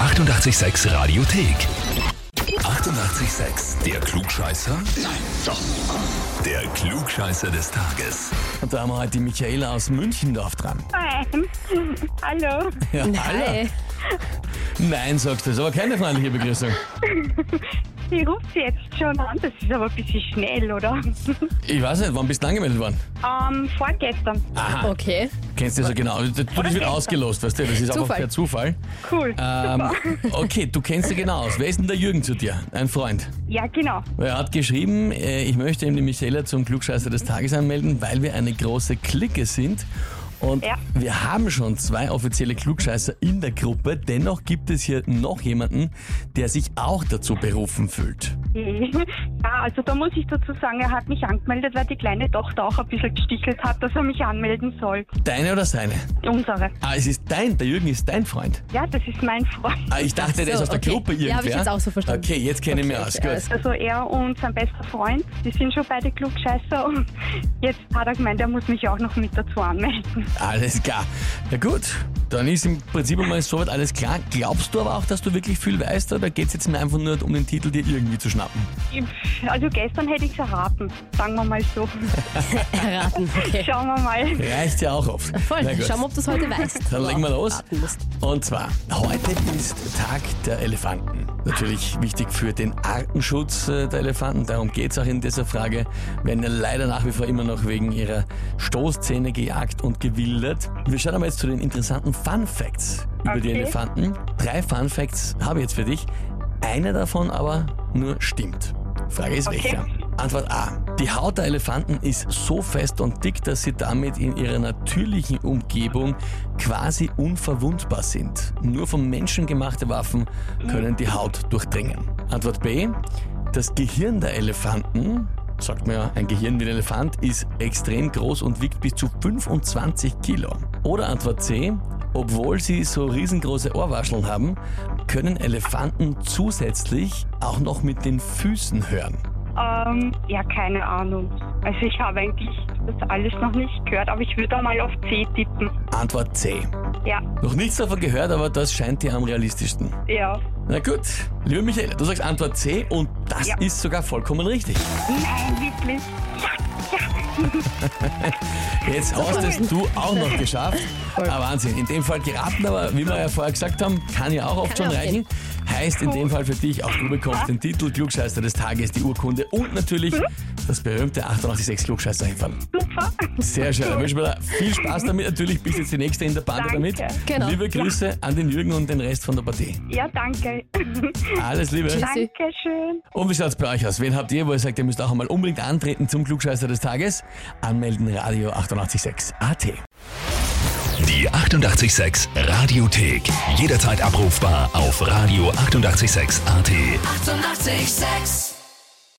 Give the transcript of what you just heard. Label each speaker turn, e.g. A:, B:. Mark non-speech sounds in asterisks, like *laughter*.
A: 886 Radiothek. 88,6. Der Klugscheißer? Nein, doch. Der Klugscheißer des Tages.
B: Und da haben wir heute die Michaela aus Münchendorf dran.
C: Nein. *laughs* Hallo.
B: Ja, hallo.
D: Nein.
B: Nein, sagst du, ist aber keine freundliche Begrüßung.
C: Ich rufe Sie jetzt schon an, das ist aber ein bisschen schnell, oder?
B: Ich weiß nicht, wann bist du angemeldet worden?
C: Ähm, vorgestern.
D: Okay.
B: Kennst du das ja genau. Du, das wird ausgelost, weißt du, das ist einfach
D: Zufall.
B: per Zufall.
C: Cool.
B: Ähm, okay, du kennst dich genau aus. Wer ist denn der Jürgen zu dir? Ein Freund.
C: Ja, genau.
B: Weil Er hat geschrieben, äh, ich möchte eben die Michaela zum Klugscheißer des Tages anmelden, weil wir eine große Clique sind. Und
C: Ja.
B: wir haben schon zwei offizielle Klugscheißer in der Gruppe. Dennoch gibt es hier noch jemanden, der sich auch dazu berufen fühlt.
C: *laughs* Ja, also da muss ich dazu sagen, er hat mich angemeldet, weil die kleine Tochter auch ein bisschen gestichelt hat, dass er mich anmelden soll.
B: Deine oder seine?
C: Unsere.
B: Ah, es ist dein, der Jürgen ist dein Freund.
C: Ja, das ist mein Freund.
B: Ah, ich dachte, der
D: Ach
B: ist
D: so,
B: aus der
D: okay.
B: Gruppe irgendwer.
D: Ja, hab ich jetzt auch so verstanden.
B: Okay, jetzt kenne ich mich
D: Okay,
B: aus.
D: okay, alles
B: Gut.
C: Also er und sein bester Freund, die sind schon beide Klugscheißer und jetzt hat er gemeint, er muss mich auch noch mit dazu anmelden.
B: Alles klar. Ja gut, dann ist im Prinzip mal soweit alles klar. Glaubst du aber auch, dass du wirklich viel weißt oder geht es jetzt mir einfach nur um den Titel dir irgendwie zu schnappen?
C: Ich- Also gestern hätte ich es erraten, sagen wir mal so.
D: *laughs* Erraten. Okay.
C: Schauen wir mal.
B: Reicht ja auch oft.
D: Voll.
B: Na gut.
D: Schauen wir, ob du es heute weißt.
B: Dann legen wir los.
D: Warten musst.
B: Und zwar, heute ist Tag der Elefanten. Natürlich wichtig für den Artenschutz äh, der Elefanten. Darum geht es auch in dieser Frage. Werden ja leider nach wie vor immer noch wegen ihrer Stoßzähne gejagt und gewildert. Wir schauen aber jetzt zu den interessanten Fun Facts über die
C: Okay.
B: Elefanten. Drei Fun Facts habe ich jetzt für dich. Einer davon aber nur stimmt. Frage ist
C: Okay.
B: welcher? Antwort A. Die Haut der Elefanten ist so fest und dick, dass sie damit in ihrer natürlichen Umgebung quasi unverwundbar sind. Nur von Menschen gemachte Waffen können die Haut durchdringen. Antwort B. Das Gehirn der Elefanten, sagt man ja, ein Gehirn wie ein Elefant, ist extrem groß und wiegt bis zu 25 Kilo. Oder Antwort C. Obwohl sie so riesengroße Ohrwascheln haben, können Elefanten zusätzlich auch noch mit den Füßen hören.
C: Ähm, ja, keine Ahnung. Also ich habe eigentlich das alles noch nicht gehört, aber ich würde mal auf C tippen.
B: Antwort C.
C: Ja,
B: Noch nichts davon gehört, aber das scheint dir am realistischsten.
C: ja.
B: Na gut, liebe Michaela, du sagst Antwort C und das
C: Ja.
B: ist sogar vollkommen richtig.
C: Nein, Äh, wirklich.
B: Jetzt hast es du auch noch geschafft. Ah, Wahnsinn, in dem Fall geraten, aber wie wir ja vorher gesagt haben, kann ja auch oft
D: Kann
B: schon
D: auch
B: reichen.
D: gehen.
B: Heißt in dem Fall für dich, auch du bekommst den Titel Klugscheißer des Tages, die Urkunde und natürlich
D: Mhm.
B: das berühmte 886 klugscheißer einfallen
C: Super.
D: *laughs*
B: Sehr schön, dann wünschen wir dir viel Spaß damit. Natürlich bist jetzt die Nächste in der Bande
C: Danke.
B: damit.
D: Genau.
B: Liebe Grüße an den Jürgen und den Rest von der Partie.
C: Ja, danke.
B: Alles Liebe.
D: Tschüssi.
C: Dankeschön.
B: Und wie schaut's bei euch aus? Wen habt ihr, wo ihr sagt, ihr müsst auch einmal unbedingt antreten zum Klugscheißer des Tages? Anmelden Radio 886 AT.
A: Die 88,6 Radiothek. Jederzeit abrufbar auf radio886.at. 88,6.
E: Eighty-eight, sex.